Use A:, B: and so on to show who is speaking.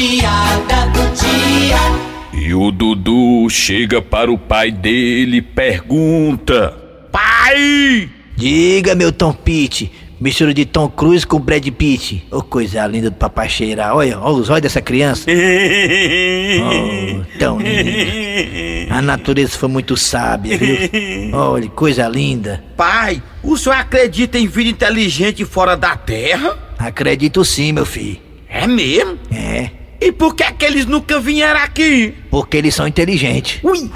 A: piada do dia.
B: E o Dudu chega para o pai dele e pergunta: Pai!
C: Diga, meu Tom Pitt, mistura de Tom Cruise com Brad Pitt. Ô coisa linda do papai cheirar, olha, olha os olhos dessa criança. Oh, tão linda. A natureza foi muito sábia, viu? Olha, coisa linda.
D: Pai, o senhor acredita em vida inteligente fora da Terra?
C: Acredito sim, meu filho.
D: É mesmo?
C: É,
D: E por que é que eles nunca vieram aqui?
C: porque eles são inteligentes.
D: Ui!